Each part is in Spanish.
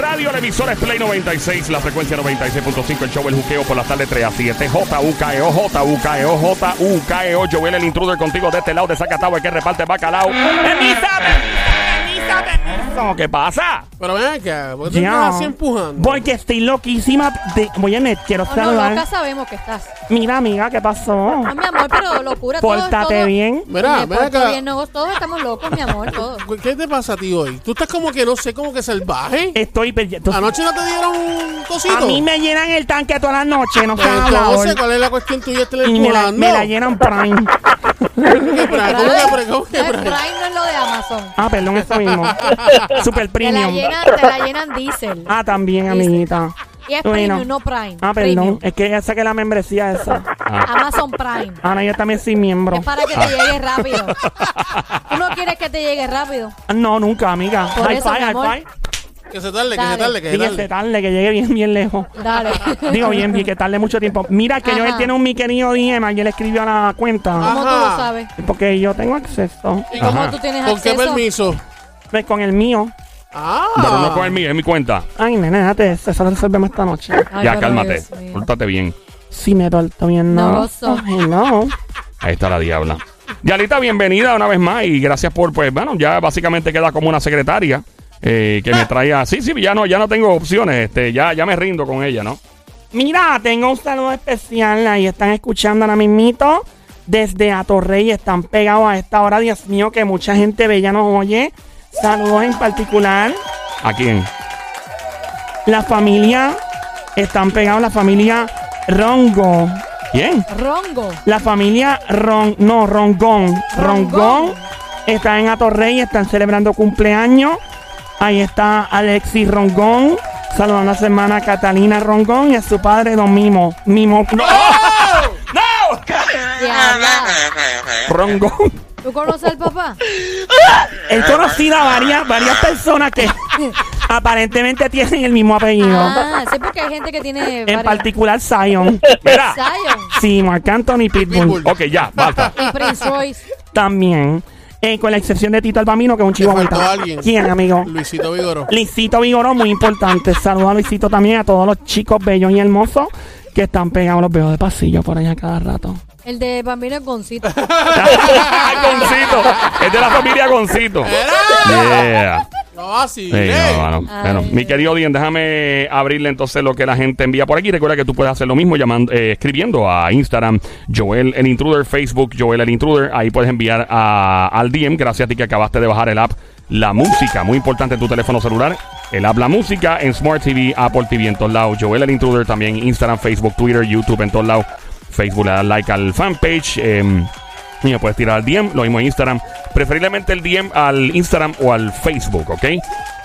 radio, la emisora es Play 96, la frecuencia 96.5, el show El Juqueo por la tarde 3 a 7, J-U-K-E-O, J-U-K-E-O, J-U-K-E-O, Joel el intruder contigo de este lado de Zacatau, el que reparte bacalao. ¡Permisa! ¡Permisa! ¡Permisa! ¿Qué pasa? Pero ven acá, ¿por qué te estás así empujando? Porque estoy loquísima. De... Voy a net, quiero No, no, saludar. loca sabemos que estás. Mira, amiga, ¿qué pasó? No, mi amor, pero locura todos, Pórtate todos- bien. Mira, Me ven porto acá. bien, no, todos estamos locos, mi amor, todos. ¿Qué- ¿Qué te pasa a ti hoy? Tú estás como que no sé, como que salvaje. Estoy perdiendo. Anoche no te dieron un cosito. A mí me llenan el tanque toda la noche, no se Pero han Entonces, hablado. ¿cuál es la cuestión tuya Y me la, intelectual? me la llenan Prime. ¿Qué pra- Ah, ¿Cómo que pra- cómo que No, el pra- Prime no es lo de Amazon. Ah, perdón, eso mismo. Super Te la Premium. llenan, te la llenan diésel. Ah, también, amiguita. Y es Bueno. Premium, no Prime. Ah, perdón. Ah. Premium. Es que ya saqué la membresía esa. Amazon Prime. Ahora yo también soy miembro. Es para que te llegue rápido. Tú no quieres que te llegue rápido. No, nunca, amiga. Por High eso, five, mi high amor. five. Que se tarde, que se Dale. tarde, que se Dígase tarde. tarde, que llegue bien, bien lejos. Dale. Digo bien, bien, que tarde mucho tiempo. Mira que yo Ajá. tiene un mi querido DM y él escribió a la cuenta. ¿Cómo tú lo Ajá. sabes? Porque yo tengo acceso. ¿Y ¿Cómo cómo tú tienes ¿Con qué acceso? permiso? Pues con el mío. Ah. Pero no con el mío, es mi cuenta. Ay, nene, déjate eso, eso lo resolvemos esta noche. Ay, ya, pero cálmate, Dios mío. pórtate bien. Sí, me torto bien, No, no. gozo. Ay, no. Ahí está la diabla. Yalita, bienvenida una vez más y gracias por, pues, bueno, ya básicamente queda como una secretaria eh, que me traía. Sí, sí, ya no, ya no tengo opciones, este, ya, ya me rindo con ella, ¿no? Mira, tengo un saludo especial. Ahí están escuchando ahora mismito. Desde Atorrey están pegados a esta hora. Dios mío, que mucha gente bella nos oye. Saludos en particular. ¿A quién? La familia, están pegados la familia Rongo. ¿Quién? Rongo. La familia Ron, no, Rongón. Rongón Rongón. está en Atorrey, están celebrando cumpleaños. Ahí está Alexis Rongón. Saludando a su hermana Catalina Rongón y a su padre Don Mimo. Mimo. ¡No! Diabla. Rongón. ¿Tú conoces al papá? He conocido a varias, varias personas que aparentemente tienen el mismo apellido. Ah, sí, porque hay gente que tiene. en varias- particular Zion. Mira. Zion Sí, Marc Anthony Pitbull. Pitbull. Ok, ya, basta. y Prince Royce. También. Eh, con la excepción de Tito Albamino, que es un chivo faltó aguantado. alguien. ¿Quién, amigo? Luisito Vigoro. Licito Vigoró, muy importante. Saludos a Luisito también, a todos los chicos bellos y hermosos que están pegados los veo de pasillo por allá cada rato. El de Bambino es Goncito. Ay, Goncito. Es de la familia Goncito. Yeah. No, así. ¿eh? Sí, no, no, no. Ay. Bueno, mi querido Dien, déjame abrirle entonces lo que la gente envía por aquí. Recuerda que tú puedes hacer lo mismo llamando, eh, escribiendo a Instagram, Joel el Intruder, Facebook, Joel el Intruder. Ahí puedes enviar a- al DM, gracias a ti que acabaste de bajar el app La Música. Muy importante en tu teléfono celular. El app La Música en Smart TV, Apple TV en todos lados. Joel el Intruder también, Instagram, Facebook, Twitter, YouTube en todos lados. Facebook, le das like al fanpage. em, y me puedes tirar al DM, lo mismo en Instagram. Preferiblemente el DM al Instagram o al Facebook, ¿ok?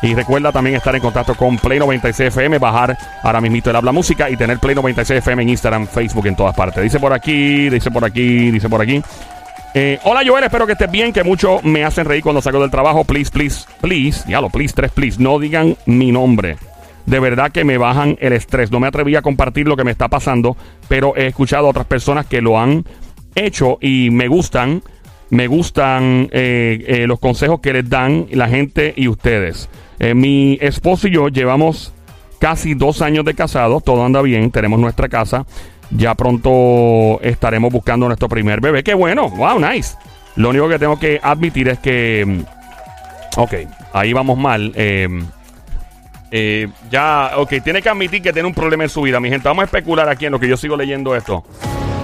Y recuerda también estar en contacto con Play 96 FM, bajar ahora mismito el Habla Música y tener Play 96 FM en Instagram, Facebook, en todas partes. Dice por aquí, dice por aquí, dice por aquí. Eh, hola Joel, espero que estés bien, que mucho me hacen reír cuando salgo del trabajo. Please, please, please, ya lo, please, tres, please, no digan mi nombre. De verdad que me bajan el estrés. No me atreví a compartir lo que me está pasando, pero he escuchado a otras personas que lo han hecho y me gustan, me gustan eh, eh, los consejos que les dan la gente y ustedes. Eh, mi esposo y yo llevamos casi dos años de casados, todo anda bien, tenemos nuestra casa. Ya pronto estaremos buscando nuestro primer bebé. ¡Qué bueno! ¡Wow! ¡Nice! Lo único que tengo que admitir es que. mm, Ok, ahí vamos mal. eh, eh, ya, ok, tiene que admitir que tiene un problema en su vida, mi gente. Vamos a especular aquí en lo que yo sigo leyendo esto.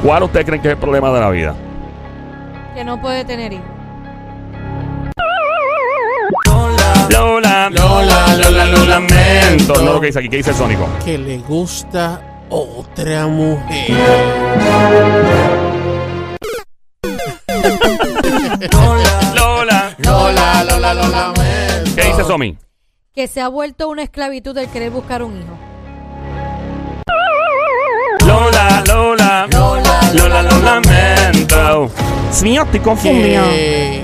¿Cuál usted cree que es el problema de la vida? Que no puede tener hijos. Lola, Lola, Lola, lo lamento. No lo que dice aquí, ¿qué dice el Sónico? Que le gusta otra mujer. Lola, Lola, Lola, lo lamento. ¿qué dice Somi? Que se ha vuelto una esclavitud el querer buscar un hijo. Lola, Lola, Lola, Lola, lo lamento. Mío, estoy confundido. Que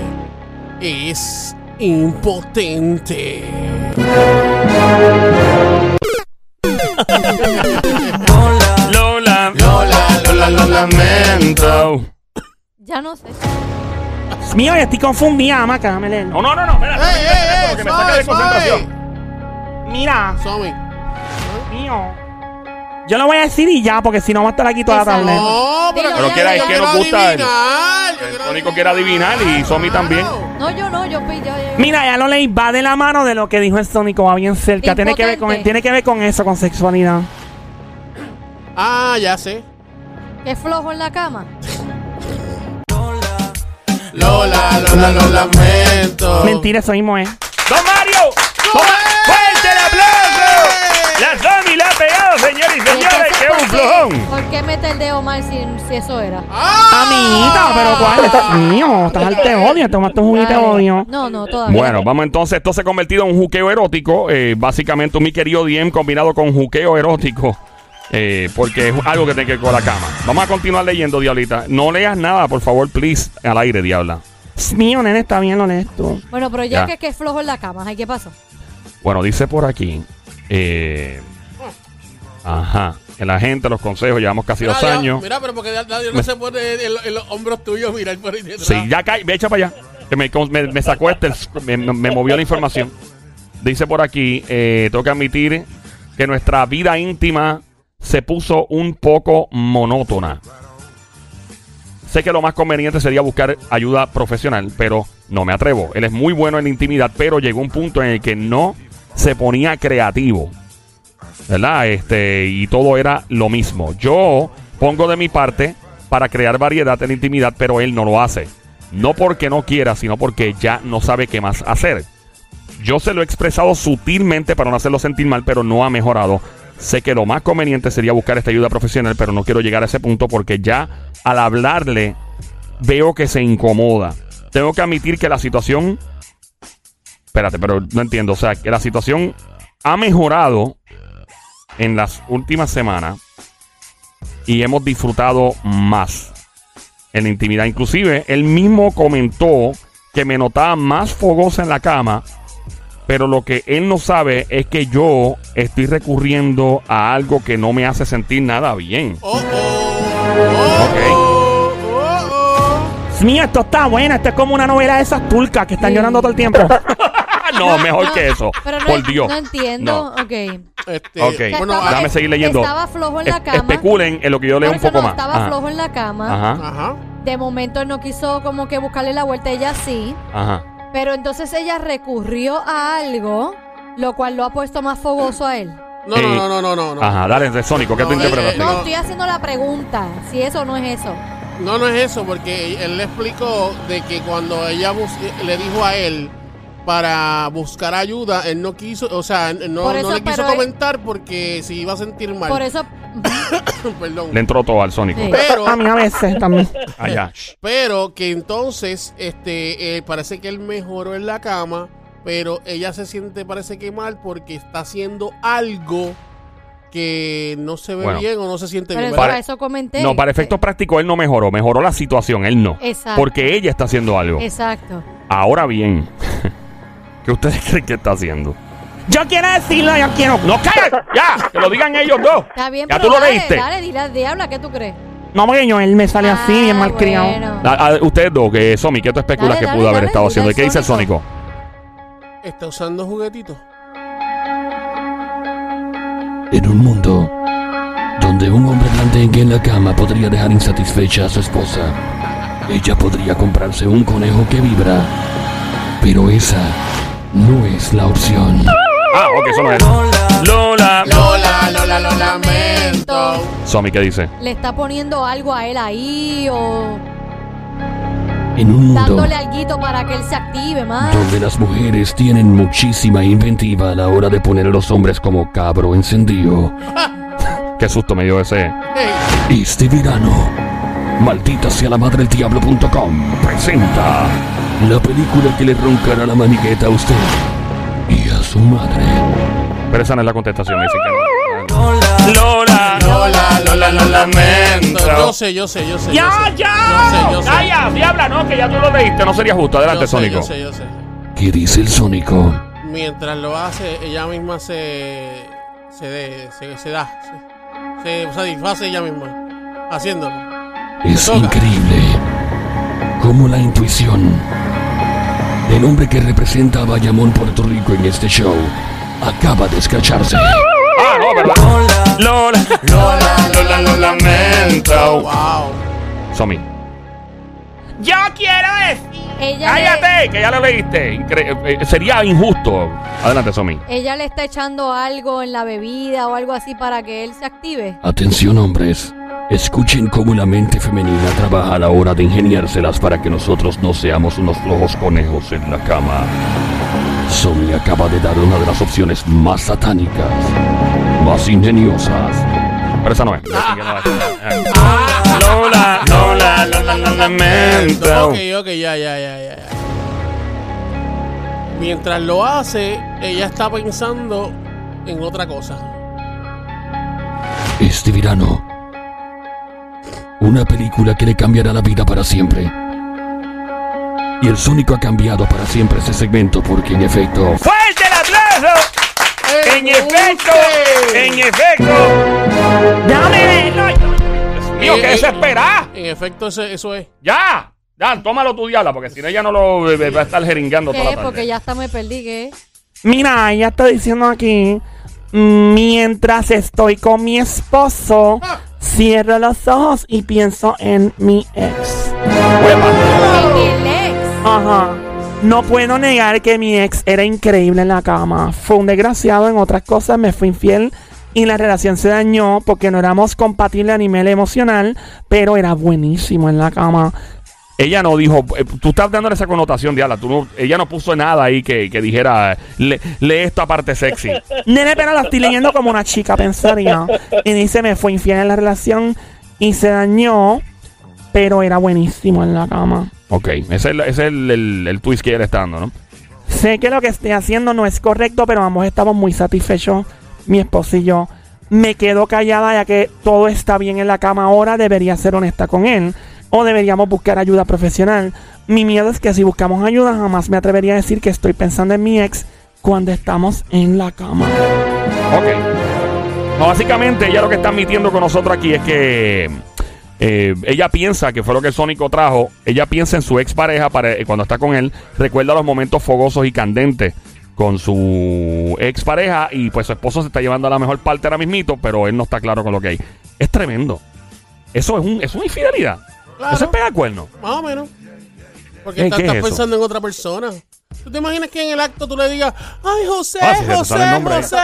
es impotente. Lola, Lola, Lola, lo lamento. Ya no sé. Mío, yo estoy confundida, maca, dame leer. No, no, no, no, espera, ¡Ey, ey, ey! me saca de suave, suave. concentración. Mira, Somi. mío. Yo lo voy a decir y ya, porque si no va a estar aquí toda la Exacto. tarde. No, Oh, pero, Dilo, Pero ya, que era, ya, es ya. que nos gusta. El, adivinar, yo el quiero Sónico quiere adivinar y Somi también. Claro. No, yo no, yo yo- yo- Mira, ya lo leí, va de la mano de lo que dijo el Sónico, va bien cerca. Tiene que, ver con, Impotente. tiene que ver con eso, con sexualidad. Ah, ya sé. que es flojo en la cama. Lola, Lola, lo lamento. Mentira, eso mismo es. ¡Don Mario! ¡Toma! ¡Fuerte el aplauso! ¡La Somi la ha pegado, señores y señores! Entonces, ¡Qué ¿por un flojón! ¿Por qué mete el dedo mal si, si eso era? Ah, Amiguita, pero cuál estás mío, estás al te odio, tomaste un juguito de Dale. odio. No, no, todavía. Bueno, vamos entonces. Esto se ha convertido en un juqueo erótico. eh, básicamente, un mi querido Diem combinado con juqueo erótico. eh, porque es algo que tiene que ver con la cama. Vamos a continuar leyendo, Diablita. No leas nada, por favor, please, al aire, Diabla. Es mío, nene, está bien, lo lees tú. Bueno, pero ya, Ya. que, que es flojo en la cama, ay, ¿qué pasó? Bueno, dice por aquí. Eh, ajá. En la gente, los consejos, llevamos casi dos mira, años. Mira, pero porque Dios no se pone en, los- en los hombros tuyos mirar por ahí detrás. Sí, ya cae, ve echa para allá. Que me, me- me sacó este, me, me- me movió la información. Dice por aquí, eh, tengo que admitir que nuestra vida íntima se puso un poco monótona. Sé que lo más conveniente sería buscar ayuda profesional, pero no me atrevo. Él es muy bueno en la intimidad, pero llegó un punto en el que no se ponía creativo. ¿Verdad? Este, y todo era lo mismo. Yo pongo de mi parte para crear variedad en la intimidad, pero él no lo hace. No porque no quiera, sino porque ya no sabe qué más hacer. Yo se lo he expresado sutilmente para no hacerlo sentir mal, pero no ha mejorado. Sé que lo más conveniente sería buscar esta ayuda profesional, pero no quiero llegar a ese punto porque ya al hablarle veo que se incomoda. Tengo que admitir que la situación... Espérate, pero no entiendo. O sea, que la situación ha mejorado en las últimas semanas y hemos disfrutado más en la intimidad. Inclusive, él mismo comentó que me notaba más fogosa en la cama, pero lo que él no sabe es que yo estoy recurriendo a algo que no me hace sentir nada bien. Oh, oh, oh, Ok. oh, oh, Es mío, esto está bueno, esto es como una novela de esas turcas que están Sí. llorando todo el tiempo. Ah, no, mejor No, que eso. Pero no, por Dios. No entiendo, ok. oh. Este, Ok. Bueno, Estaba- Dame ah, seguir leyendo. Estaba flojo en la Es- cama. especulen en lo que yo leo Por un eso poco no, más. Estaba Ajá. flojo ¿ah? en la cama. Ajá, Ajá. De momento él no quiso como que buscarle la vuelta, ella sí. ajá. Pero entonces ella recurrió a algo, lo cual lo ha puesto más fogoso a él. No, Eh, no, no, no, no, no. Ajá, dale, de Sónico, ¿qué No, tú eh, interpretaste? No, No. estoy haciendo la pregunta, si eso o no es eso. No, no es eso, porque él le explicó de que cuando ella bus- le dijo a él para buscar ayuda, él no quiso, o sea, él no, Por eso, no le quiso pero él- comentar porque se iba a sentir mal. Por eso, Perdón. Le entró todo al Sónico. Sí. Pero, A mí a veces también. Allá. pero que entonces, este, eh, parece que él mejoró en la cama, pero ella se siente, parece que mal porque está haciendo algo que no se ve Bueno. bien o no se siente pero bien. eso, Para- ¿verdad? para eso comenté. Eh, No, para efectos prácticos él no mejoró, mejoró la situación, él no. Este, Exacto. Porque ella está haciendo algo. Exacto. Ahora bien, ¿qué ustedes creen que está haciendo? Yo quiero decirlo, yo quiero. ¡No calles! ¡Ya! ¡Que lo digan ellos dos! Está bien, ya pero tú lo dale, leíste. dale, dile al diablo, ¿qué tú crees? No, porque yo él me sale así, bien Ah, malcriado. bueno. A- a- ah, ustedes dos, que Somi, ¿qué tú especulas Dale, que dale, pudo haber dale, estado dale haciendo? al ¿Qué dice el Sónico. Sónico? Está usando juguetitos. En un mundo donde un hombre blandengue en la cama podría dejar insatisfecha a su esposa, ella podría comprarse un conejo que vibra, pero esa no es la opción. Ah, ok, eso no es. Lola. Lola, Lola, lo lamento. Somi, ¿qué dice? ¿Le está poniendo algo a él ahí o En un mundo dándole alguito para que él se active más? donde las mujeres tienen muchísima inventiva a la hora de poner a los hombres como cabro encendido, Qué susto me dio ese. Hey. este verano, maldita sea la madre del diablo.com. Presenta. La película que le roncará la manigueta a usted y a su madre. Pero esa no es la contestación, me dicen que no. Lola. Lola, Lola, lo lamento. Yo sé, yo sé, yo sé. yo ¡Ya, sé. ya! Yo sé, yo sé. ¡Calla! Diabla, no, que ya tú lo leíste. No sería justo. Adelante, Yo sé, Sónico. Yo sé, yo sé. ¿Qué dice el Sónico? Mientras lo hace, ella misma se. se, de- se, se da. Se, se satisface ella misma. Haciéndolo. Es Toca. increíble cómo la intuición del hombre que representa a Bayamón, Puerto Rico en este show acaba de escracharse. Ah, no, pero. Lola, Lola, Lola, lo lamento. Wow. Somi. Yo quiero decir. Ella le, Cállate, que ya lo leíste. Incre- eh, sería injusto. Adelante, Somi. ella le está echando algo en la bebida o algo así para que él se active. Atención hombres, escuchen cómo la mente femenina trabaja a la hora de ingeniárselas para que nosotros no seamos unos flojos conejos en la cama. Somi acaba de dar una de las opciones más satánicas, más ingeniosas. Pero esa no es. Así que no es. Lola, Lola, Lola, lo lamento. Ok, ok, ya, ya, ya, ya. ya. Mientras lo hace, ella está pensando en otra cosa. Este verano, una película que le cambiará la vida para siempre. Y el Sónico ha cambiado para siempre ese segmento porque en efecto... ¡Fuerte el aplauso! En efecto, en efecto. Déjame verlo. Dios mío, qué desesperada. En efecto, eso, eso es. ¡Ya! Dan, tómalo tú, diabla, porque si no ella no lo eh, va a estar jeringando toda ¿Qué la es? tarde. Porque ya hasta me perdí, ¿qué es? Mira, ella está diciendo aquí, mientras estoy con mi esposo, cierro los ojos y pienso en mi ex. En el ex. Ajá. No puedo negar que mi ex era increíble en la cama. Fue un desgraciado en otras cosas, me fue infiel y la relación se dañó porque no éramos compatibles a nivel emocional, pero era buenísimo en la cama. Ella no dijo, eh, tú estás dándole esa connotación, diabla. Tú no, ella no puso nada ahí que, que dijera, le- lee esta parte sexy. Nene, pero lo estoy leyendo como una chica, pensaría. Y dice, me fue infiel en la relación y se dañó, pero era buenísimo en la cama. ok, ese es, el, ese es el, el- el twist que ella le está dando, ¿no? Sé que lo que estoy haciendo no es correcto, pero ambos estamos muy satisfechos, mi esposo y yo. Me quedo callada ya que todo está bien en la cama ahora, debería ser honesta con él o deberíamos buscar ayuda profesional. Mi miedo es que si buscamos ayuda jamás me atrevería a decir que estoy pensando en mi ex cuando estamos en la cama. Ok. No, básicamente ella lo que está admitiendo con nosotros aquí es que eh, ella piensa que fue lo que el Sónico trajo. Ella piensa en su expareja para, eh, cuando está con él. Recuerda los momentos fogosos y candentes con su expareja. Y pues su esposo se está llevando a la mejor parte ahora mismito, pero él no está claro con lo que hay. Es tremendo. Eso es, un, es una infidelidad. Claro. Eso es pega cuerno. Más o menos. Porque ¿Qué- estás, qué es estás eso? pensando en otra persona. ¿Tú te imaginas que en el acto tú le digas, ay, José, Ah, si se te sale el José, nombre ahí. José?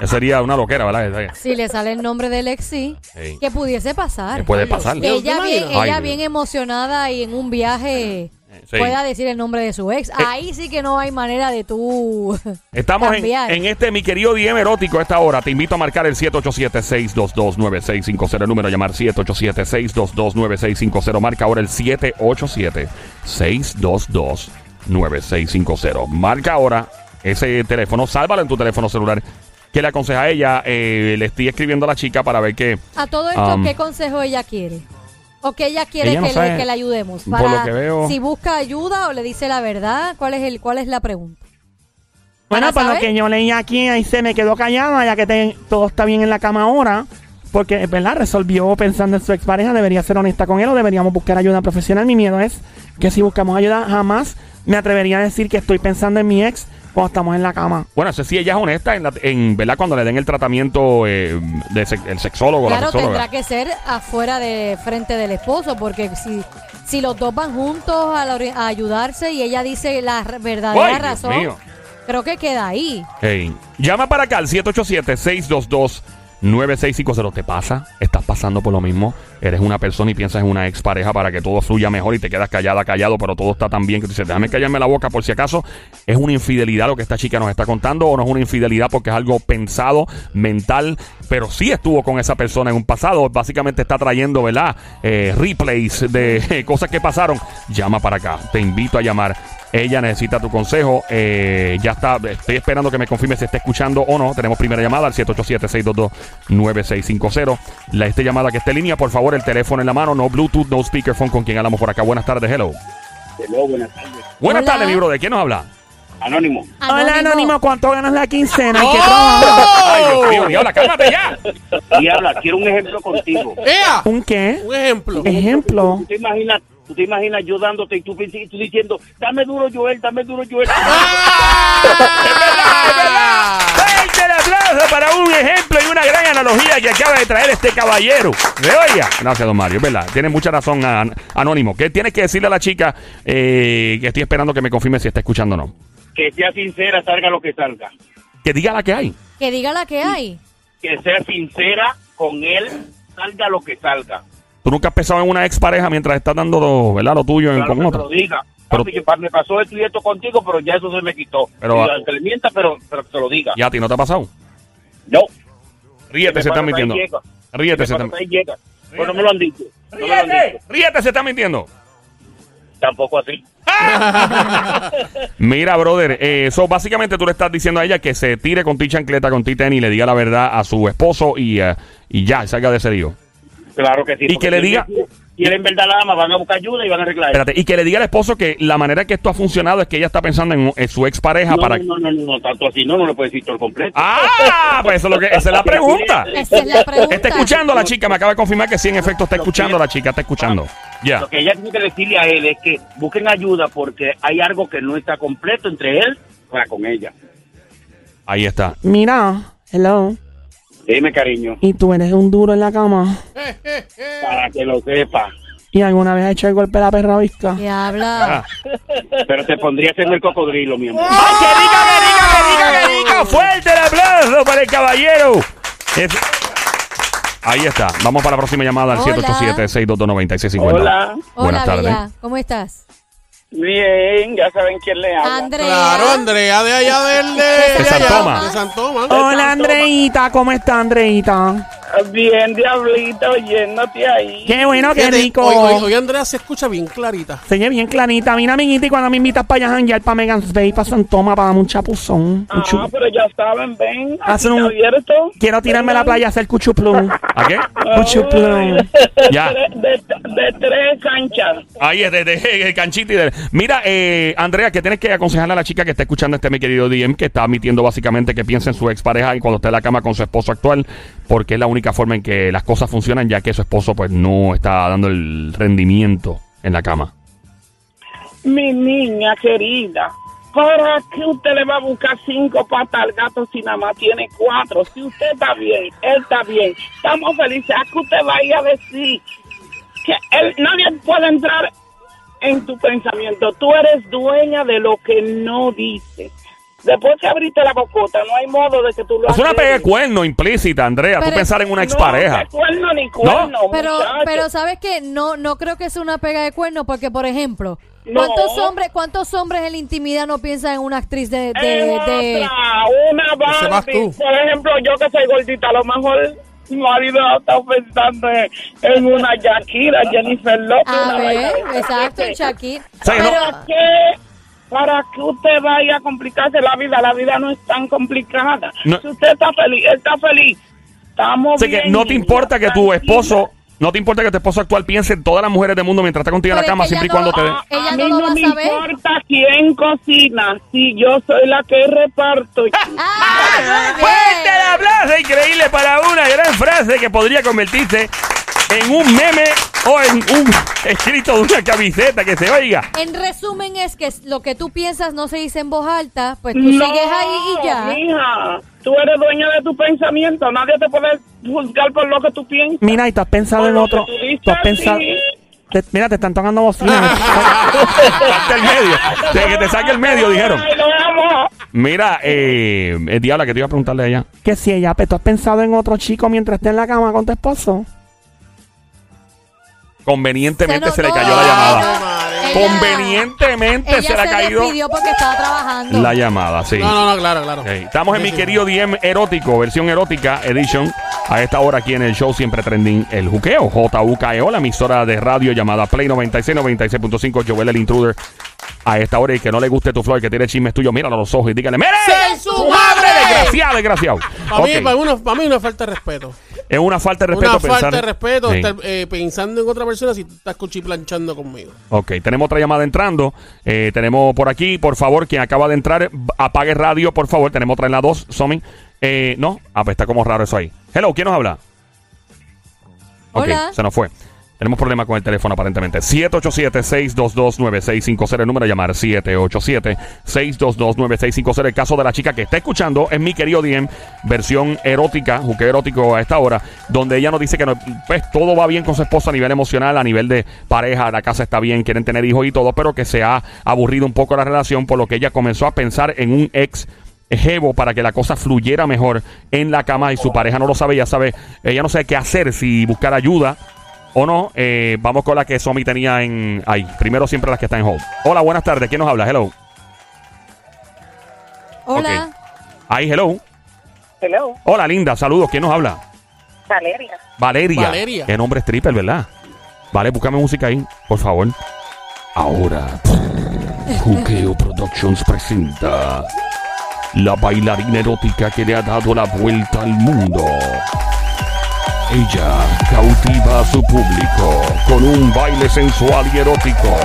Eso sería una loquera, ¿verdad? Si le sale el nombre del ex, sí. Sí. Que pudiese pasar. Eh, puede Dios pasar. mío. Que ella ¿Te bien, imaginas? ella Ay, bien emocionada y en un viaje sí. Eh. pueda decir el nombre de su ex. Ahí sí que no hay manera de tú. Estamos en, cambiar. en este, mi querido DM erótico, a esta hora. Te invito a marcar el 787-622-9650. El número a llamar 787-622-9650. Marca ahora el 787-622-9650. Marca ahora ese teléfono. Sálvalo en tu teléfono celular. ¿Qué le aconseja a ella? Eh, le estoy escribiendo a la chica para ver que, A todo esto, Am. ¿qué consejo ella quiere? ¿O qué ella quiere Um, Ella no que, sabe. le, que le ayudemos? Por lo que veo- si busca ayuda o le dice la verdad, ¿cuál es el cuál es la pregunta? Bueno, ¿Para para lo saber? que yo leí aquí, ahí se me quedó callada, ya que te- todo está bien en la cama ahora. Porque, es ¿verdad? Resolvió pensando en su expareja, debería ser honesta con él o deberíamos buscar ayuda profesional. Mi miedo es que si buscamos ayuda, jamás me atrevería a decir que estoy pensando en mi ex cuando estamos en la cama. Bueno, eso sí, ella es honesta en, la- en, ¿verdad? Cuando le den el tratamiento eh, del sexólogo, la claro, sexóloga. tendrá que ser afuera de frente del esposo, porque si, si los dos van juntos a, la ori- a ayudarse y ella dice la r- verdadera ¡Ay, Dios razón, mío! creo que queda ahí. Hey, Llama para acá al 787-622-9650. ¿Te pasa? ¿Estás pasando por lo mismo? Eres una persona y piensas en una expareja para que todo fluya mejor y te quedas callada, callado, pero todo está tan bien que tú dices, déjame callarme la boca por si acaso. ¿Es una infidelidad lo que esta chica nos está contando o no es una infidelidad porque es algo pensado, mental, pero sí estuvo con esa persona en un pasado? Básicamente está trayendo, ¿verdad? Eh, replays de eh, cosas que pasaron. Llama para acá. Te invito a llamar. Ella necesita tu consejo. Eh, ya está. Estoy esperando que me confirme si está escuchando o no. Tenemos primera llamada al 787-622-9650. La esta llamada que esté en línea, por favor, el teléfono en la mano, no Bluetooth, no speakerphone, con quien hablamos por acá. Buenas tardes, hello. Hello, buenas tardes. Buenas Hola. tardes, mi bro. ¿De quién nos habla? Anónimo. Hola, Anónimo, ¿cuánto ganas la quincena? Hay que Ay, Dios mío, diabla, cálmate ya. Diabla, quiero un ejemplo contigo. ¡Ea! ¿Un qué? Un ejemplo. Ejemplo. ¿Tú te imaginas, tú te imaginas yo dándote y tú, pi- y tú diciendo, dame duro, Joel, dame duro, Joel? ¡Es verdad, es verdad! analogía que acaba de traer este caballero. ¿Me oiga? Gracias, don Mario. Es verdad. Tiene mucha razón, an- Anónimo. ¿Qué tienes que decirle a la chica eh, que estoy esperando que me confirme si está escuchando o no? Que sea sincera, salga lo que salga. Que diga la que hay. Que diga la que hay. Que sea sincera con él, salga lo que salga. Tú nunca has pensado en una expareja mientras estás dando lo, ¿verdad? lo tuyo en- Claro con que te otra. lo diga. Pero- Papi, que pa- me pasó esto y esto contigo, pero ya eso se me quitó. Pero- Y aunque le mienta, pero, pero que te lo diga. ¿Y a ti no te ha pasado? No. Ríete, Me se está pasa mintiendo. ahí llega. Ríete, Me se está pasa ahí llega. Pero no me lo han dicho. No me lo han ¡Ríete! dicho. ¡Ríete, se está mintiendo! Tampoco así. Mira, brother, eh, so, básicamente tú le estás diciendo a ella que se tire con ti chancleta, con ti tenis, le diga la verdad a su esposo y, eh, y ya, salga de ese lío. Claro que sí. Y porque que le si diga- ellos Quieren ver la ama, van a buscar ayuda y van a arreglar. eso. Espérate, y que le diga al esposo que la manera que esto ha funcionado es que ella está pensando en, en su expareja no, para... no, no, no, no, tanto así. No, no le puedes decir todo el completo. ¡Ah! Pues eso es lo que, esa es la pregunta. Esa es la pregunta. Está escuchando la chica, me acaba de confirmar que sí, en efecto, está escuchando la chica, está escuchando. Ya. Lo que ella tiene que decirle a él es que busquen ayuda porque hay algo que no está completo entre él para con ella. Ahí está. Mira, hello. Dime, cariño, Y tú eres un duro en la cama. para que lo sepa. ¿Y alguna vez has hecho el golpe de la perra visca? Que Ah. habla. Pero te pondrías en el cocodrilo, mi amor. ¡Ay, qué rica, qué rica, qué rica, qué rica! ¡Fuerte el aplauso para el caballero! Es- Ahí está. Vamos para la próxima llamada al Hola. 787-622-9650. Hola. Buenas Hola, tardes. Bella. ¿Cómo estás? Bien, ya saben quién le Andrea. Claro, Andrea de allá del de, De Oh, San allá, Tomás. De San Tomás. Hola, Andreita. ¿Cómo está, Andreita? Bien, diablito, oyéndote ahí. Qué bueno, qué Fíjate, rico. Hoy, hoy- hoy Andrea se escucha bien clarita. Se ve bien clarita. Mira, amiguita, y cuando me invitas para allá a janguear, para Megan's Bay, para San Toma, para darme un chapuzón. Ah, un chu- pero ya saben, ven. Ah, Hacen un- abierto. Quiero tirarme a la playa a hacer cuchuplum. ¿A qué? cuchuplum. Ya. De, tres canchas. Ahí es, de, de- de canchita y de- Mira, eh, Andrea, que tienes que aconsejarle a la chica que está escuchando este mi querido DM, que está admitiendo básicamente que piense en su expareja y cuando esté en la cama con su esposo actual, porque es la única forma en que las cosas funcionan, ya que su esposo pues no está dando el rendimiento en la cama. Mi niña querida, ¿para qué usted le va a buscar cinco patas al gato si nada más tiene cuatro? Si usted está bien, él está bien, estamos felices. ¿A qué usted va a ir a decir? Que él, nadie puede entrar en tu pensamiento. Tú eres dueña de lo que no dices. Después que abriste la bocota, no hay modo de que tú lo Es una pega de arregles. cuerno implícita, Andrea. Tú Pero- pensar en una No, expareja. de cuerno ni cuerno, Pero, muchacho. pero sabes que no, no creo que sea una pega de cuerno, porque por ejemplo, No. ¿cuántos hombres, cuántos hombres en la intimidad no piensan en una actriz de, de, Eh, de- otra, una Ese vas tú. Barbie. Por ejemplo, yo que soy gordita, a lo mejor mi marido está pensando en- en una Shakira, Jennifer López. Ah. a una ver, bailarina. exacto, en Shakira. Sí, no. ¿Para qué? Para que usted vaya a complicarse la vida, la vida no es tan complicada. No. Si usted está feliz, él está feliz. Estamos Así que bien, no te niña, importa que tu tranquila. esposo, no te importa que tu esposo actual piense en todas las mujeres del mundo mientras está contigo en la Pero es cama, que siempre y ella no- cuando te dé. ah, Ella a no mí lo va no a me saber. importa quién cocina, si yo soy la que reparto. ¡Ah, muy bien! ¡Fuerte el aplauso! Increíble para una gran frase que podría convertirse en un meme o en un escrito de una camiseta que se oiga. En resumen es que lo que tú piensas no se dice en voz alta, pues tú no, sigues ahí y ya. mija, tú eres dueña de tu pensamiento. Nadie te puede juzgar por lo que tú piensas. Mira, y tú has pensado Por en lo otro. que tú dices, Tú has pensado. sí. Te- mira, te están tocando bocina. Hasta el medio. O sea, que te saque el medio, dijeron. Ay, lo amo. Mira, eh, eh, Diabla, que te iba a preguntarle allá. que si ella, pe- tú has pensado en otro chico mientras esté en la cama con tu esposo. Convenientemente Este se, le Se notó. cayó la llamada. Ella- Convenientemente Ella se se, le ha caído despidió porque estaba trabajando. la llamada, sí. No, no, no, claro, claro. Ok, Estamos en mi Sí, sí, querido DM erótico, versión erótica edition. A esta hora aquí en el show siempre trending el juqueo. JUKEO, la E, emisora de radio llamada Play 96, 96.5, Joel el Intruder. A esta hora y que no le guste tu flow y que tiene chismes tuyos, míralo a los ojos y dígale, ¡Mire! ¡Sé su madre! ¡Desgraciado, desgraciado! Para Ok, mí, para uno, para mí una falta de respeto. Es una falta de respeto una pensar- falta de respeto Sí. estar eh, pensando en otra persona si tú estás cuchiplanchando conmigo. Ok, tenemos otra llamada entrando. Eh, tenemos por aquí, por favor, quien acaba de entrar, b- apague radio, por favor. Tenemos otra en la 2, Somi. Eh, no, ah, pues está como raro eso ahí. Hello, ¿quién nos habla? Ok, Hola. se nos fue. Tenemos problemas con el teléfono aparentemente. 787-622-9650, el número a llamar. 787-622-9650. El caso de la chica que está escuchando es mi querido DM, versión erótica, juque erótico a esta hora, donde ella nos dice que no- pues, todo va bien con su esposa a nivel emocional, a nivel de pareja, la casa está bien, quieren tener hijos y todo, pero que se ha aburrido un poco la relación, por lo que ella comenzó a pensar en un ex jevo para que la cosa fluyera mejor en la cama y su pareja no lo sabe, ya sabe, ella no sabe qué hacer, si buscar ayuda o no. Eh, vamos con la que Somi tenía en ahí. Primero siempre las que están en hold. Hola, buenas tardes. ¿Quién nos habla? Hello. Hola. Ahí, hello. Hello, Hola, linda. Saludos. ¿Quién nos habla? Valeria. Valeria. Valeria. El nombre es triple, ¿verdad? Vale, búscame música ahí, por favor. Ahora, Juqueo Productions presenta la bailarina erótica que le ha dado la vuelta al mundo. Ella cautiva a su público con un baile sensual y erótico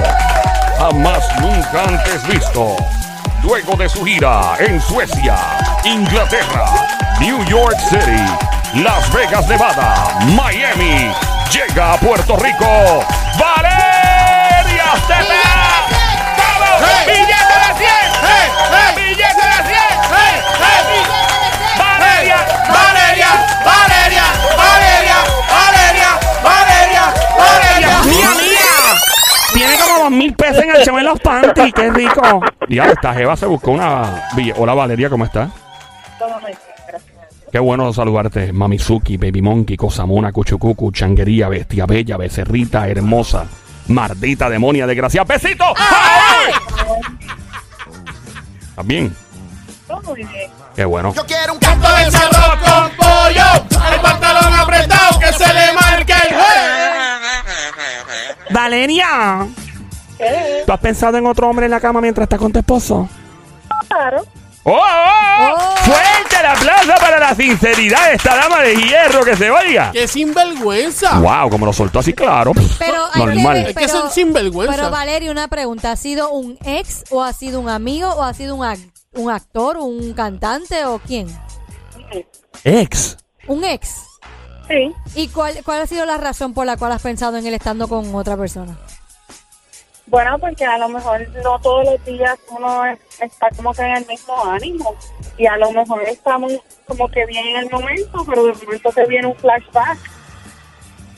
jamás nunca antes visto. Luego de su gira en Suecia, Inglaterra, New York City, Las Vegas, Nevada, Miami, llega a Puerto Rico, Valeria Teta. ¡Vamos! ¡Hey! ¡Billete de 100! ¡Hey! ¡Hey! ¡Billete de 100! Valeria, Valeria, Valeria, Valeria, Valeria, Valeria, Valeria. ¡Mía, mía! Tiene como dos mil pesos enganchado en los panties. ¡Qué rico! Diablo, esta Jeva se buscó una. bille- Hola Valeria, ¿cómo estás? Todo muy bien, gracias. Qué bueno saludarte, Mamizuki, Baby Monkey, Cosamona, Cuchucucu, Changuería, Bestia Bella, Becerrita, Hermosa, Mardita, Demonia, Desgraciada. ¡Besito! ¡Ay! ¿Estás bien? Todo muy bien. Qué bueno. Canto de cerro con pollo, el pantalón apretado que se le marque el Valeria, Eh, ¿tú has pensado en otro hombre en la cama mientras estás con tu esposo? claro. ¡Oh, oh, oh! Oh. fuerte el aplauso para la sinceridad de esta dama de hierro que se vaya! ¡Qué sinvergüenza! ¡Wow! Como lo soltó así, claro. Pero hay Normal. Es que son sinvergüenza. Pero Valeria, una pregunta, ¿ha sido un ex o ha sido un amigo o ha sido un, ac- un actor, un cantante o quién? Ex. Un ex. Sí, ¿Y cuál, cuál ha sido la razón por la cual has pensado en él estando con otra persona? bueno, porque a lo mejor no todos los días uno es- está como que en el mismo ánimo y a lo mejor estamos como que bien en el momento, pero de momento te viene un flashback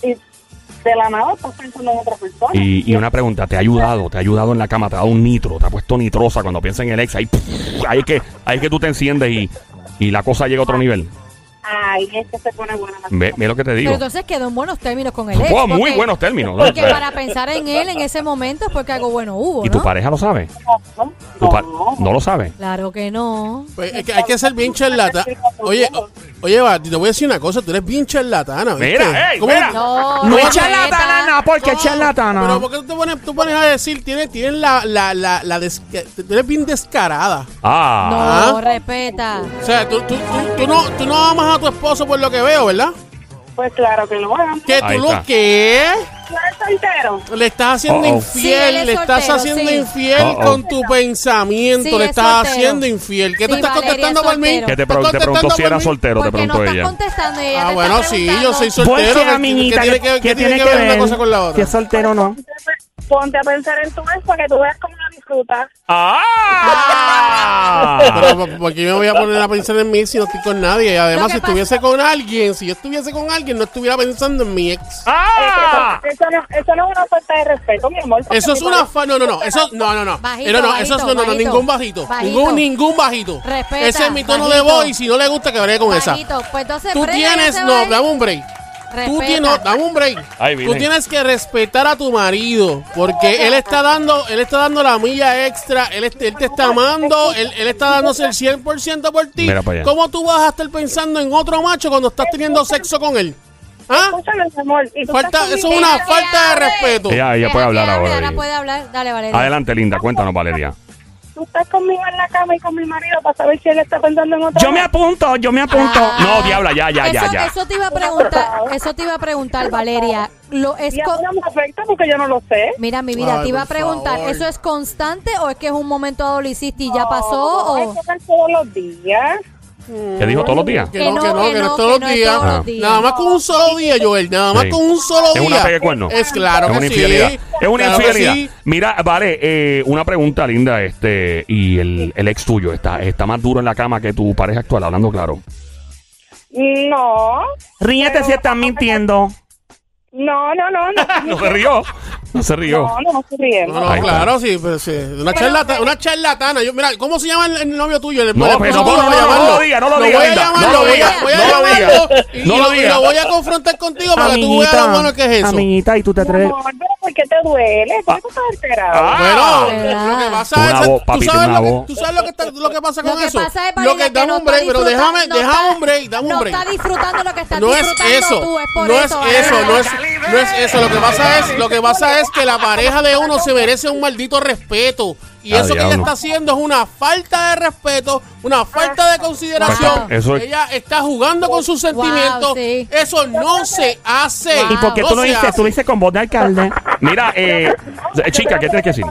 y de la nada estás pensando en otra persona. Y, y una pregunta, ¿te ha ayudado? ¿Te ha ayudado en la cama? ¿Te ha dado un nitro? ¿Te ha puesto nitrosa cuando piensas en el ex? Ahí, pff, ahí es que, ahí es que tú te enciendes y, y la cosa llega a otro nivel. Ay, es que se pone buena la Ve, cosa. mira lo que te Pero digo. entonces quedó en buenos términos con el ex. Wow, muy porque- buenos términos. ¿no? Porque para pensar en él en ese momento es porque algo bueno hubo, ¿Y tu ¿no? pareja lo sabe? No, ¿Tu pa- no. no lo sabe. Claro que no. Pues es que hay que ser bien charlatán. Oye, o- oye, va, te voy a decir una cosa, tú eres bien charlatana, ¿viste? Mira, ey, ¿Cómo- mira. No, No es Julieta. charlatana, no, porque es charlatana. Pero ¿por qué tú te pones, tú pones a decir, tienes, tienes la, la, la, la desca- tú eres bien descarada? Ah, No, Ah. respeta. O sea, tú, tú, tú, tú no, tú no amas a tu esposo por lo que veo, ¿verdad? Pues claro que lo hagan. Que Ahí tú lo está. que ¿Estás soltero? le estás haciendo Uh-oh. Sí, infiel, él es le estás soltero, haciendo sí. infiel Uh-oh. con tu pensamiento, Sí, le es estás soltero. haciendo infiel. ¿Qué tú Sí, estás Valeria, contestando es por mí? soltero. que te, ¿Estás pregun- te preguntó contestando si por era mí? soltero, te Porque no preguntó estás ella. contestando y ella Ah, te bueno, está sí, yo preguntando. soy soltero. Pues ¿qué- sí, qué amiguita, tiene que- ¿qué qué tiene que ver una cosa con la otra? Si es soltero o no. Ponte a pensar en tu ex para que tú veas cómo lo disfrutas. ¡Ah! Pero, pues, porque yo me voy a poner a pensar en mí si no estoy con nadie. Y además, que si pasa- estuviese con alguien, si yo estuviese con alguien, no estuviera pensando en mi ex. ¡Ah! Eso, no, eso no es una falta de respeto, mi amor. porque Eso es mi una pareja- fa- no no no eso no no no Bajito, Eh, no, no, bajito, eso es no no no, bajito. ningún bajito, Bajito. ningún ningún bajito Respeta, ese es mi tono de bajito. voz y si no le gusta que bregue con esa Manito, pues entonces tú frena, tienes se no vaya. dame un break tú Respeta. tienes no, dame un break Ay, tú Virgen. tienes que respetar a tu marido porque él está dando él está dando la milla extra él, est- él te está amando él, él está dándose el 100% por ti Mira para allá. cómo tú vas a estar pensando en otro macho cuando estás teniendo sexo con él ah Escúchame, mi amor. y tú falta estás eso es conmigo. una Déjame falta de hablar. respeto Ella, ella Deja puede que hablar hable, ahora. Ahora Viri. puede hablar. Dale, Valeria. Adelante, linda. Cuéntanos, Valeria. Tú estás conmigo en la cama y con mi marido para saber si él está pensando en otra Yo me apunto, yo me apunto. Ah. No, diabla, ya, ya, eso, ya, ya. Eso te iba a preguntar, eso te iba a preguntar, Valeria. Lo, es Y a co- mí no me afecta porque yo no lo sé. Mira, mi vida, Ay, te iba a por preguntar, favor. ¿eso es constante o es que es un momento dado lo hiciste y ya pasó? No, hay o- que ver todos los días. ¿Qué dijo todos los días? Que no, que no, que no es todos los días. todos los Ah. días. Nada más con un solo día, Joel. Nada más Sí. con un solo Es día. una pegue cuerno. Es claro es que una sí. infidelidad. Es una Claro que infidelidad. sí. Mira, vale, eh, una pregunta linda, este, y el, el ex tuyo está, está más duro en la cama que tu pareja actual, hablando claro. No, Ríete si estás mintiendo. no, no, no. No No, se rió, no se rió. no, no, no estoy riendo. No, no, Ahí está. claro, sí, pero sí. Una, charlata- una charlatana. Yo, mira, ¿cómo se llama el, el novio tuyo? El- No, el- pero el- no, voy a no, no, llamarlo. no lo diga, no lo diga, voy a Linda. llamarlo, No lo voy a- diga, voy a no lo diga. llamarlo y- No lo y diga. lo voy a confrontar contigo para que tú veas lo bueno que es eso. amiguita, y tú te Mi atreves. amor, pero ¿por qué te duele? ¿Por qué tú estás alterado? Ah, Bueno, lo que pasa Una es esa- voz, tú papi, sabes, una lo que, voz. tú sabes lo que, está- lo que pasa con Lo que eso. pasa es lo Valeria, que que dame no un break, está pero déjame, disfrutando, déjame está- un break, dame un no break. está disfrutando lo que estás No es disfrutando tú, eso, es por no es eso. eso, Valeria. no es, no es eso. Lo que pasa es, lo que pasa es que la pareja de uno se merece un maldito respeto y Ah, eso que ella diablo. está haciendo es una falta de respeto, una falta de consideración. Wow. Eso es- Ella está jugando con sus sentimientos. sí. Eso no se hace. Wow. ¿Y por qué No tú lo se dices? hace. Tú lo dices con voz de alcalde. Mira, eh, chica, ¿qué tienes que decir?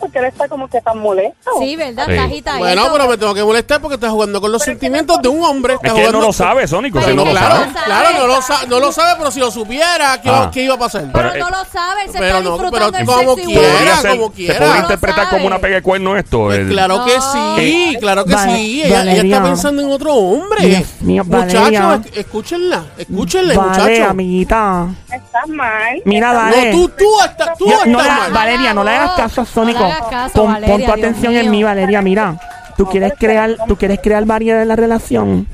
Porque él está como que tan molesto. Sí, ¿verdad? Sí. Está agitadito. Bueno, pero me tengo que molestar porque está jugando con los sentimientos de un hombre. Es está que él no jugando- lo sabe, Sónico, si Pero no lo claro, sabe. claro, no lo, sa- no lo sabe, pero si lo supiera, ¿qué, iba- Ah. qué iba a pasar? Pero pero, no eh, lo sabe, se pero está no, disfrutando pero el como sexo quiera, igual. Podría ser- como se quiera. podría interpretar No como una sabe. pegue de cuerno esto. Pues el- claro que No. sí, claro que Eh, Vale- sí. Ella, ella Valeria. está pensando en otro hombre. Dios mío, Valeria. Muchachos, es- escúchenla, escúchenle, Vale, muchachos. amiguita. Estás mal. Mira, No, vale. tú, tú estás, tú Yo- estás no le hagas- mal. Valeria, no le hagas caso a Sónico. No le hagas caso, pon, Valeria, pon tu Dios atención en mío. mí, Valeria. Mira, tú quieres crear, tú quieres crear variedad en la relación.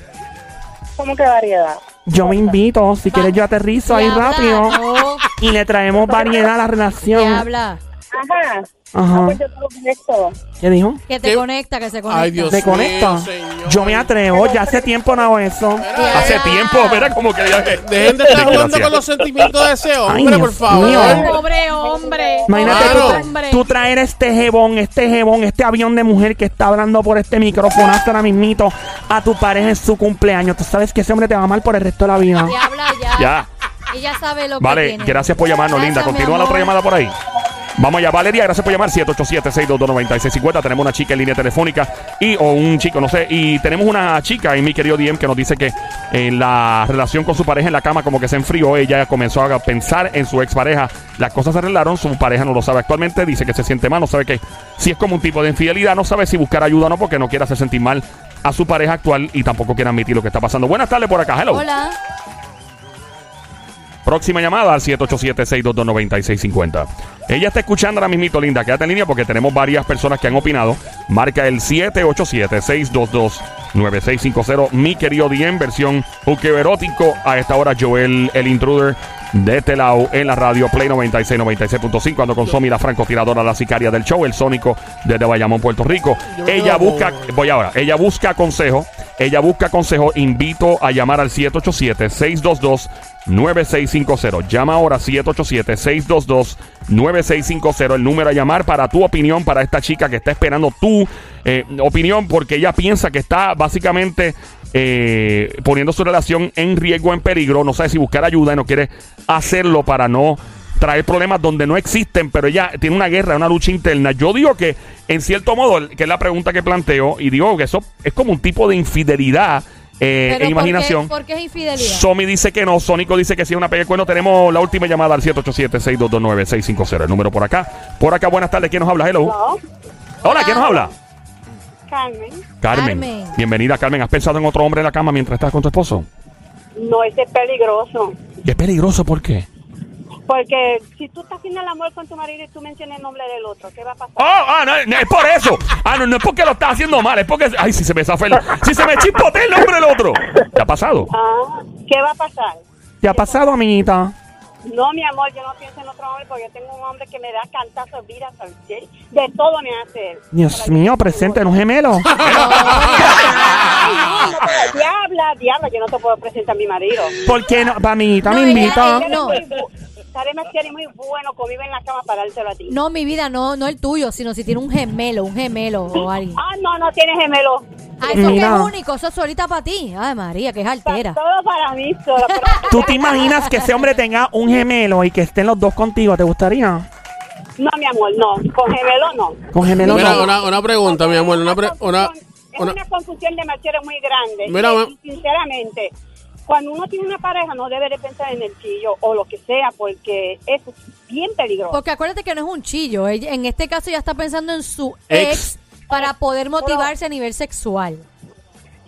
¿Cómo que variedad? Yo me invito, si quieres yo aterrizo ahí Diabla, rápido no. y le traemos variedad a la relación. Diabla, Ajá. Ajá. Ah, pues yo te lo contesto. Uh. ¿Qué dijo? que te ¿Qué? conecta, que se conecta. Ay, Dios Se conecta. mío, señor. Yo me atrevo, ya hace tiempo no hago eso. Mira, Hace eh, tiempo, mira como que ya. Dejen de estar jugando Desgracia. con los sentimientos de ese Ay, hombre, por Dios favor. mío. Pobre hombre. Imagínate Claro. tú, tra- tú traer este jebón, este jebón, este avión de mujer que está hablando por este micrófono hasta ahora mismito a tu pareja en su cumpleaños. Tú sabes que ese hombre te va a amar por el resto de la vida. Diabla, ya. Ya. Ella sabe lo que Vale, tiene. gracias por llamarnos, Gracias, linda. mi Continúa la amor. otra llamada por ahí. Vamos allá, Valeria, gracias por llamar 787-622-9650. Tenemos una chica en línea telefónica y o un chico, no sé. Y tenemos una chica en mi querido DM que nos dice que en la relación con su pareja en la cama como que se enfrió. Ella comenzó a pensar en su expareja. Las cosas se arreglaron, su pareja no lo sabe actualmente. Dice que se siente mal, no sabe que si es como un tipo de infidelidad, no sabe si buscar ayuda o no porque no quiere hacer sentir mal a su pareja actual y tampoco quiere admitir lo que está pasando. Buenas tardes por acá, hello. Eh, Hola. Próxima llamada al 787-622-9650. Ella está escuchando ahora mismito, Linda. Quédate en línea porque tenemos varias personas que han opinado. Marca el 787-622-9650. Mi querido Dien, versión juqueo erótico. A esta hora, Joel, el intruder de Telao en la radio Play 96, 96.5. Ando con Somi, la francotiradora, la sicaria del show, el sónico desde Bayamón, Puerto Rico. Yo me Ella quedo busca, con- voy ahora, ella busca consejo. Ella busca consejo. Invito a llamar al 787-622-9650. Llama ahora 787-622-9650. El número a llamar para tu opinión, para esta chica que está esperando tu eh, opinión, porque ella piensa que está básicamente eh, poniendo su relación en riesgo, en peligro. No sabe si buscar ayuda y no quiere hacerlo para no traer problemas donde no existen, pero ella tiene una guerra, una lucha interna. Yo digo que, en cierto modo, que es la pregunta que planteo, y digo que eso es como un tipo de infidelidad eh, Pero en imaginación. ¿Por qué, por qué es infidelidad? Somi dice que no, Sónico dice que sí, una pega cuerno. Tenemos la última llamada al 787-6229-650, el número por acá. Por acá, buenas tardes, ¿quién nos habla? Hello. No, Hola, ¿quién nos habla? Carmen. Carmen. Carmen. Bienvenida, Carmen. ¿Has pensado en otro hombre en la cama mientras estás con tu esposo? No, ese es peligroso. Y es peligroso, ¿por qué? Porque si tú estás haciendo el amor con tu marido y tú mencionas el nombre del otro, ¿qué va a pasar? Oh, ah, no, no, es por eso. Ah, no, no es porque lo estás haciendo mal, es porque. Ay, si se me zafa el. Si se me chispotea el nombre del otro. ¿Te ha pasado? Ah, ¿Qué va a pasar? ¿Te ha pasado, amiguita? No, mi amor, yo no pienso en otro hombre porque yo tengo un hombre que me da cantazo, vida, de de todo me hace él. Dios mío, presente en un gemelo. Ay, no, no, diabla, diabla, yo no te puedo presentar a mi marido. ¿Por qué no? Pa, Amiguita, No, me ella- invita. ella- Ah, No. Sale Maciel y muy bueno conmigo en la cama para dártelo a ti. No, mi vida, no, no el tuyo, sino si tiene un gemelo, un gemelo o alguien. Ah, no, no tienes gemelo. Ah, eso que es Mira. único, eso es solita para ti. Ay, María, que es Pa- altera. todo para mí solo. pero- ¿Tú te imaginas que ese hombre tenga un gemelo y que estén los dos contigo? ¿Te gustaría? No, mi amor, no. Con gemelo no. Con gemelo Mira, no. una, una pregunta, mi amor. Una, pre- una, es Una- una, confusión demasiado muy grande. Mira, Y- ma- y sinceramente, cuando uno tiene una pareja no debe de pensar en el chillo o lo que sea, porque eso es bien peligroso. Porque acuérdate que no es un chillo. Ella- en este caso ya está pensando en su Ex. ex, para poder motivarse a nivel sexual.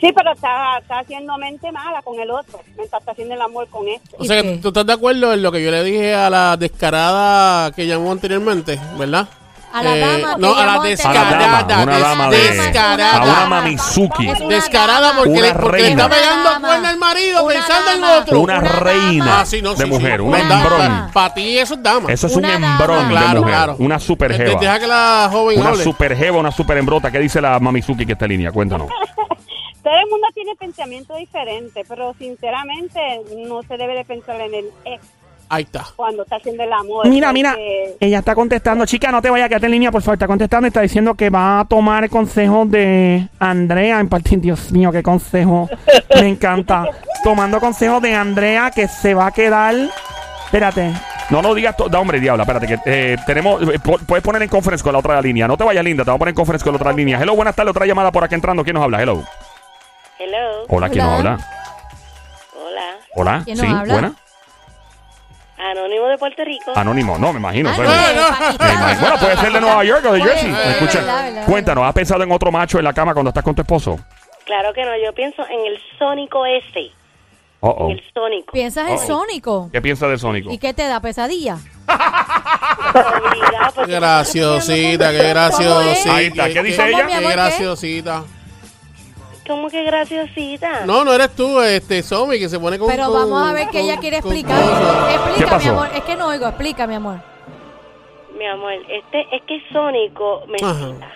Sí, pero está, está haciendo mente mala con el otro, mientras está haciendo el amor con este. O ¿Y sea, qué? que tú estás de acuerdo en lo que yo le dije a la descarada que llamó anteriormente, ¿verdad? Eh, A la dama que No, a la llamó antes. A la descarada. dama, una des- dama de. descarada. A una mami. mamizuki. Es una Descarada dama. porque Una le, porque le reina. está pegando Una cuerno al dama. marido Una pensando en dama. otro. Una Una dama. reina Ah, sí, de mujer, un Una embrón. dama. Para ti eso es dama. Eso es un Una dama. embrón de Claro, mujer. claro. Una super De- Este, de- Deja que la joven Una hable. super jeva, una super embrota. ¿Qué dice la mamizuki que está en línea? Cuéntanos. Todo el mundo tiene pensamiento diferente, pero sinceramente no se debe de pensar en el ex Ahí está. cuando está haciendo el amor. Mira, mira, porque- ella está contestando. Chica, no te vayas a quedarte en línea, por favor. Está contestando y está diciendo que va a tomar consejos de Andrea. En parte, Dios mío, qué consejo. Me encanta. Tomando consejos de Andrea que se va a quedar. Espérate. No, no digas todo. Da, hombre, diabla, espérate. Que, eh, tenemos, eh, po- puedes poner en conference con la otra línea. No te vayas, linda. Te voy a poner en conference con la otra línea. Hello, buenas tardes. Otra llamada por acá entrando. ¿Quién nos habla? Hello. Hello, Hola, ¿quién nos Hola. habla? hola. Hola. ¿Quién sí, nos habla? buena. Anónimo de Puerto Rico. Anónimo. No, me imagino. Ay, soy- Ah, no, no. pa- Me imagino. Bueno, puede ser de Nueva York o de Puede Jersey. ser, ¿Me escucha? verdad, verdad, verdad. Cuéntanos, ¿has pensado en otro macho en la cama cuando estás con tu esposo? Claro que no, yo pienso en el Sónico ese, Oh, en oh. el Sónico. Piensas en Oh. Sónico. ¿Qué piensas de Sónico? ¿Y qué te da pesadilla? Obligado, porque- Qué graciosita, qué graciosita. Ahí está, ¿qué dice ¿Cómo, ella? mi amor, Qué qué? graciosita. ¿Cómo que graciosita? No, no eres tú, este Somi, que se pone con. Pero con- vamos a ver qué con- ella quiere con explicar. cosas. ¿Qué Explica, mi pasó? amor. Es que no oigo. Explica, mi amor. Mi amor, este es que Sónico me Ajá. excita.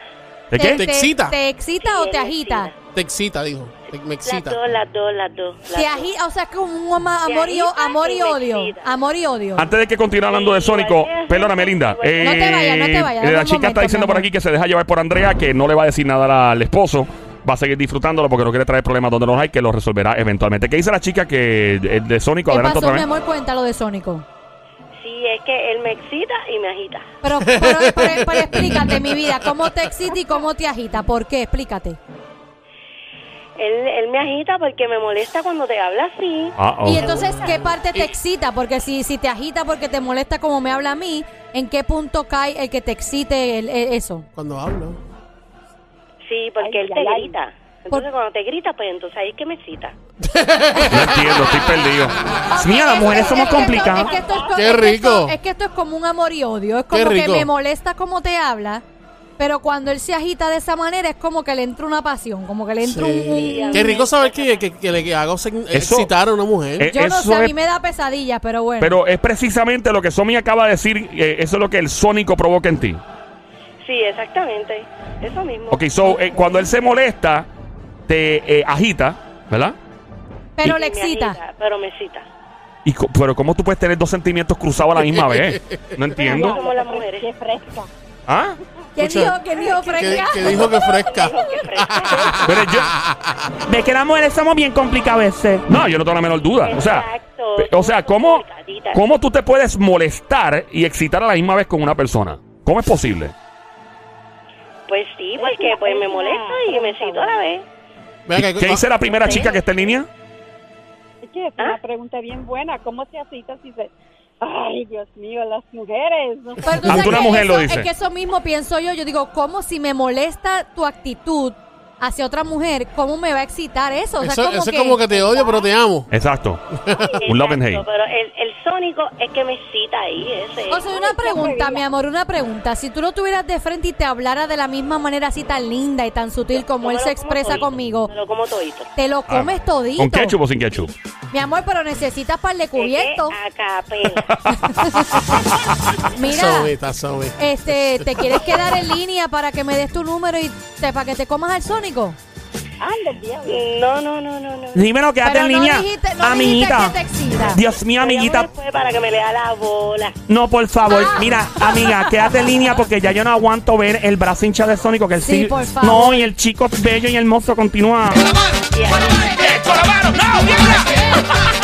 ¿De qué? ¿Te excita? ¿Te excita o te agita? Te excita, dijo. Te- Las me excita. dos, las dos, las dos. las Te dos. agita, o sea, que un ama- Te amor y, o- agita amor y y me odio. excita. Amor y odio. Antes de que continúe hablando de Sónico, Igual que- perdóname, linda. No te vayas, no te vayas, eh, dame La un chica momento, está diciendo mi por amor. aquí que se deja llevar por Andrea, que no le va a decir nada la- al esposo. Va a seguir disfrutándolo porque no quiere traer problemas donde los hay, que los resolverá eventualmente. ¿Qué dice la chica que eh, de, Sónico? ¿Qué Adelante pasó, otra mi vez. amor? Cuéntalo de Sónico. Sí, es que él me excita y me agita. Pero, pero, pero- pero explícate, mi vida, ¿cómo te excita y cómo te agita? ¿Por qué? Explícate. Él, él me agita porque me molesta cuando te habla así. Ah, oh. Y entonces, ¿qué parte te excita? Porque si, si te agita porque te molesta como me habla a mí, ¿en qué punto cae el que te excite el- el- eso? Cuando hablo. Sí, porque Ay, él ay, te ay. grita. Entonces cuando te grita, pues entonces ahí es que me excita. No entiendo, estoy perdido. Mira, las mujeres somos que esto- complicadas. es que esto es co- Qué es que rico. esto- es que esto es como un amor y odio. Es como Qué que rico. me molesta como te habla, pero cuando él se agita de esa manera es como que le entra una pasión, como que le entra un- Sí. un... Qué rico saber que, que, que le hago sen- Eso- excitar a una mujer. Eh, Yo no eso sé, a es- mí me da pesadillas, pero bueno. Pero es precisamente lo que Somi acaba de decir, eh, eso es lo que el Sónico provoca en ti. Sí, exactamente. Eso mismo. Ok, so, eh, cuando él se molesta, te eh, agita, ¿verdad? pero Y le me excita. agita, pero me excita. Y co- pero ¿cómo tú puedes tener dos sentimientos cruzados a la misma vez? No entiendo. Como las mujeres. Qué fresca. ¿Ah? ¿Quién Escucha. dijo? ¿Quién dijo Que, fresca? que dijo que fresca. Pero yo, Ves que las mujeres somos bien complicadas a veces. no, yo no tengo la menor duda. O sea, Exacto. pe- o sea, ¿cómo, Complicaditas. ¿cómo tú te puedes molestar y excitar a la misma vez con una persona? ¿Cómo es posible? Pues sí, porque pues me molesta y me excito a la vez. Ven ¿Y acá, ¿Qué dice la primera chica que está en línea? Es que es ¿Ah? una pregunta bien buena. ¿Cómo se asita si se... Ay, Dios mío, las mujeres. ¿no? Pero tú Ante sabes una que mujer eso- lo dice. Es que eso mismo pienso yo. Yo digo, ¿cómo si me molesta tu actitud hacia otra mujer, cómo me va a excitar eso? O sea, Eso, como eso que, es como que te odio, pero te amo. Exacto. Un love and Exacto, hate. Pero el, el sónico es que me excita ahí. Ese. O sea, una pregunta, mi amor, una pregunta. Si tú lo tuvieras de frente y te hablara de la misma manera así tan linda y tan sutil como Yo me él lo se como expresa todito, conmigo, Me lo como todito. te lo Ah, comes todito. ¿Con ketchup o sin ketchup? Mi amor, pero necesitas par de cubierto. Es que a capela. Mira, Sobeta, sobeta. este, ¿te quieres quedar en línea para que me des tu número y te, para que te comas al sónico? Ande, diablo. No, no, no, no, no. Dímelo, quédate Pero en no línea. dijiste- no amiguita. dijiste que te excita. Dios mío, amiguita. Fue para que me lea la bola. No, por favor. Ah. Mira, amiga, quédate en línea porque ya yo no aguanto ver el brazo hincha de Sónico. Que el Sí, por favor. No, y el chico bello y hermoso continúa. Y ahí-